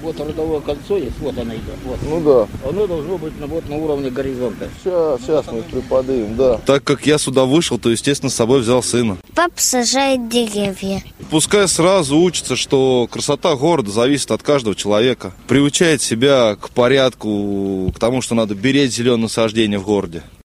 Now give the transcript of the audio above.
Вот родовое кольцо есть, вот оно идет. Вот. Ну да. Оно должно быть на, вот, на уровне горизонта. Сейчас, сейчас мы припадаем, да. Так как я сюда вышел, то, естественно, с собой взял сына. Папа сажает деревья. Пускай сразу учится, что красота города зависит от каждого человека. Приучает себя к порядку, к тому, что надо беречь зеленое насаждение в городе.